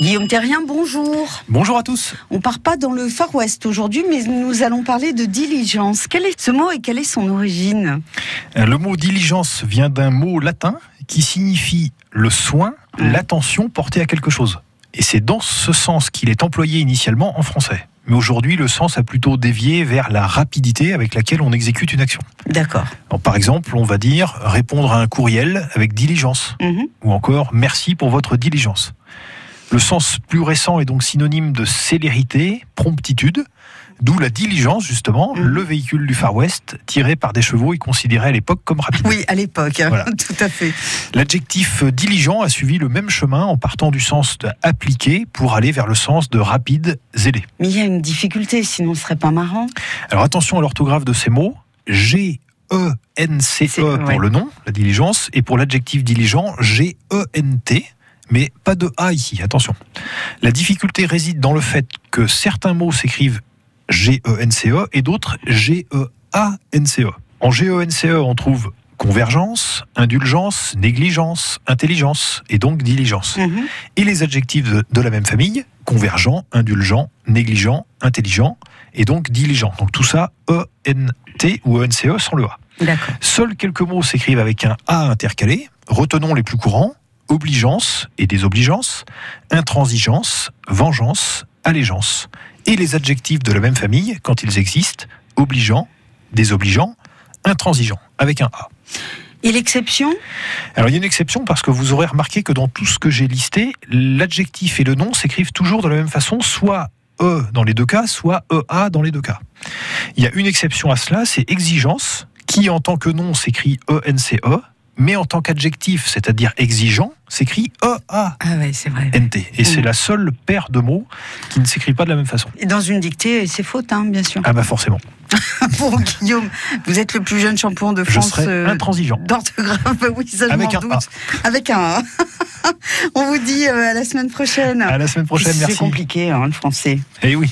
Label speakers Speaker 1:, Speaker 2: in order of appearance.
Speaker 1: Guillaume Terrien, bonjour.
Speaker 2: Bonjour à tous.
Speaker 1: On part pas dans le Far West aujourd'hui, mais nous allons parler de diligence. Quel est ce mot et quelle est son origine
Speaker 2: Le mot diligence vient d'un mot latin qui signifie le soin,
Speaker 1: Ouais.
Speaker 2: l'attention portée à quelque chose. Et c'est dans ce sens qu'il est employé initialement en français. Mais aujourd'hui, le sens a plutôt dévié vers la rapidité avec laquelle on exécute une action.
Speaker 1: D'accord.
Speaker 2: Alors, par exemple, on va dire répondre à un courriel avec diligence
Speaker 1: Mhm.
Speaker 2: ou encore merci pour votre diligence. Le sens plus récent est donc synonyme de célérité, promptitude, d'où la diligence justement,
Speaker 1: Mhm.
Speaker 2: le véhicule du Far West tiré par des chevaux et considéré à l'époque comme rapide.
Speaker 1: Oui, à l'époque, hein,
Speaker 2: Voilà.
Speaker 1: tout à fait.
Speaker 2: L'adjectif euh, diligent a suivi le même chemin en partant du sens de appliqué pour aller vers le sens de rapide, zélé.
Speaker 1: Mais il y a une difficulté, sinon ce serait pas marrant.
Speaker 2: Alors attention à l'orthographe de ces mots, G E N C
Speaker 1: C'est- ouais.
Speaker 2: E pour le nom, la diligence, et pour l'adjectif diligent, G E N T, mais pas de A ici, attention. La difficulté réside dans le fait que certains mots s'écrivent G E N C E et d'autres G E A N C E. En G E N C E, on trouve convergence, indulgence, négligence, intelligence et donc diligence
Speaker 1: Mhm.
Speaker 2: et les adjectifs de, de la même famille, convergent, indulgent, négligent, intelligent et donc diligent. Donc tout ça, E-N-T ou E E-N-C-E sans le A.
Speaker 1: D'accord.
Speaker 2: Seuls quelques mots s'écrivent avec un A intercalé. Retenons les plus courants obligeance et désobligeance, intransigeance, vengeance, allégeance. Et les adjectifs de la même famille, quand ils existent, obligeant, désobligeant, intransigeant, avec un A.
Speaker 1: Et l'exception
Speaker 2: Alors il y a une exception parce que vous aurez remarqué que dans tout ce que j'ai listé, l'adjectif et le nom s'écrivent toujours de la même façon, soit E dans les deux cas, soit EA dans les deux cas. Il y a une exception à cela, c'est exigence, qui en tant que nom s'écrit E E-N-C-E, mais en tant qu'adjectif, c'est-à-dire exigeant, s'écrit E E-A-N-T.
Speaker 1: Ah ouais, c'est vrai.
Speaker 2: Et
Speaker 1: Mmh.
Speaker 2: c'est la seule paire de mots qui ne s'écrit pas de la même façon.
Speaker 1: Et Dans une dictée, c'est faute, hein, bien sûr.
Speaker 2: Ah bah forcément,
Speaker 1: Ah Bon, Guillaume, vous êtes le plus jeune champion de
Speaker 2: je
Speaker 1: France
Speaker 2: serais
Speaker 1: euh,
Speaker 2: intransigeant.
Speaker 1: d'orthographe, oui, ça je
Speaker 2: Avec
Speaker 1: m'en
Speaker 2: un A.
Speaker 1: doute. Avec un A. On vous dit euh, à la semaine prochaine.
Speaker 2: À la semaine prochaine,
Speaker 1: C'est
Speaker 2: merci.
Speaker 1: compliqué, hein, le français.
Speaker 2: Eh oui.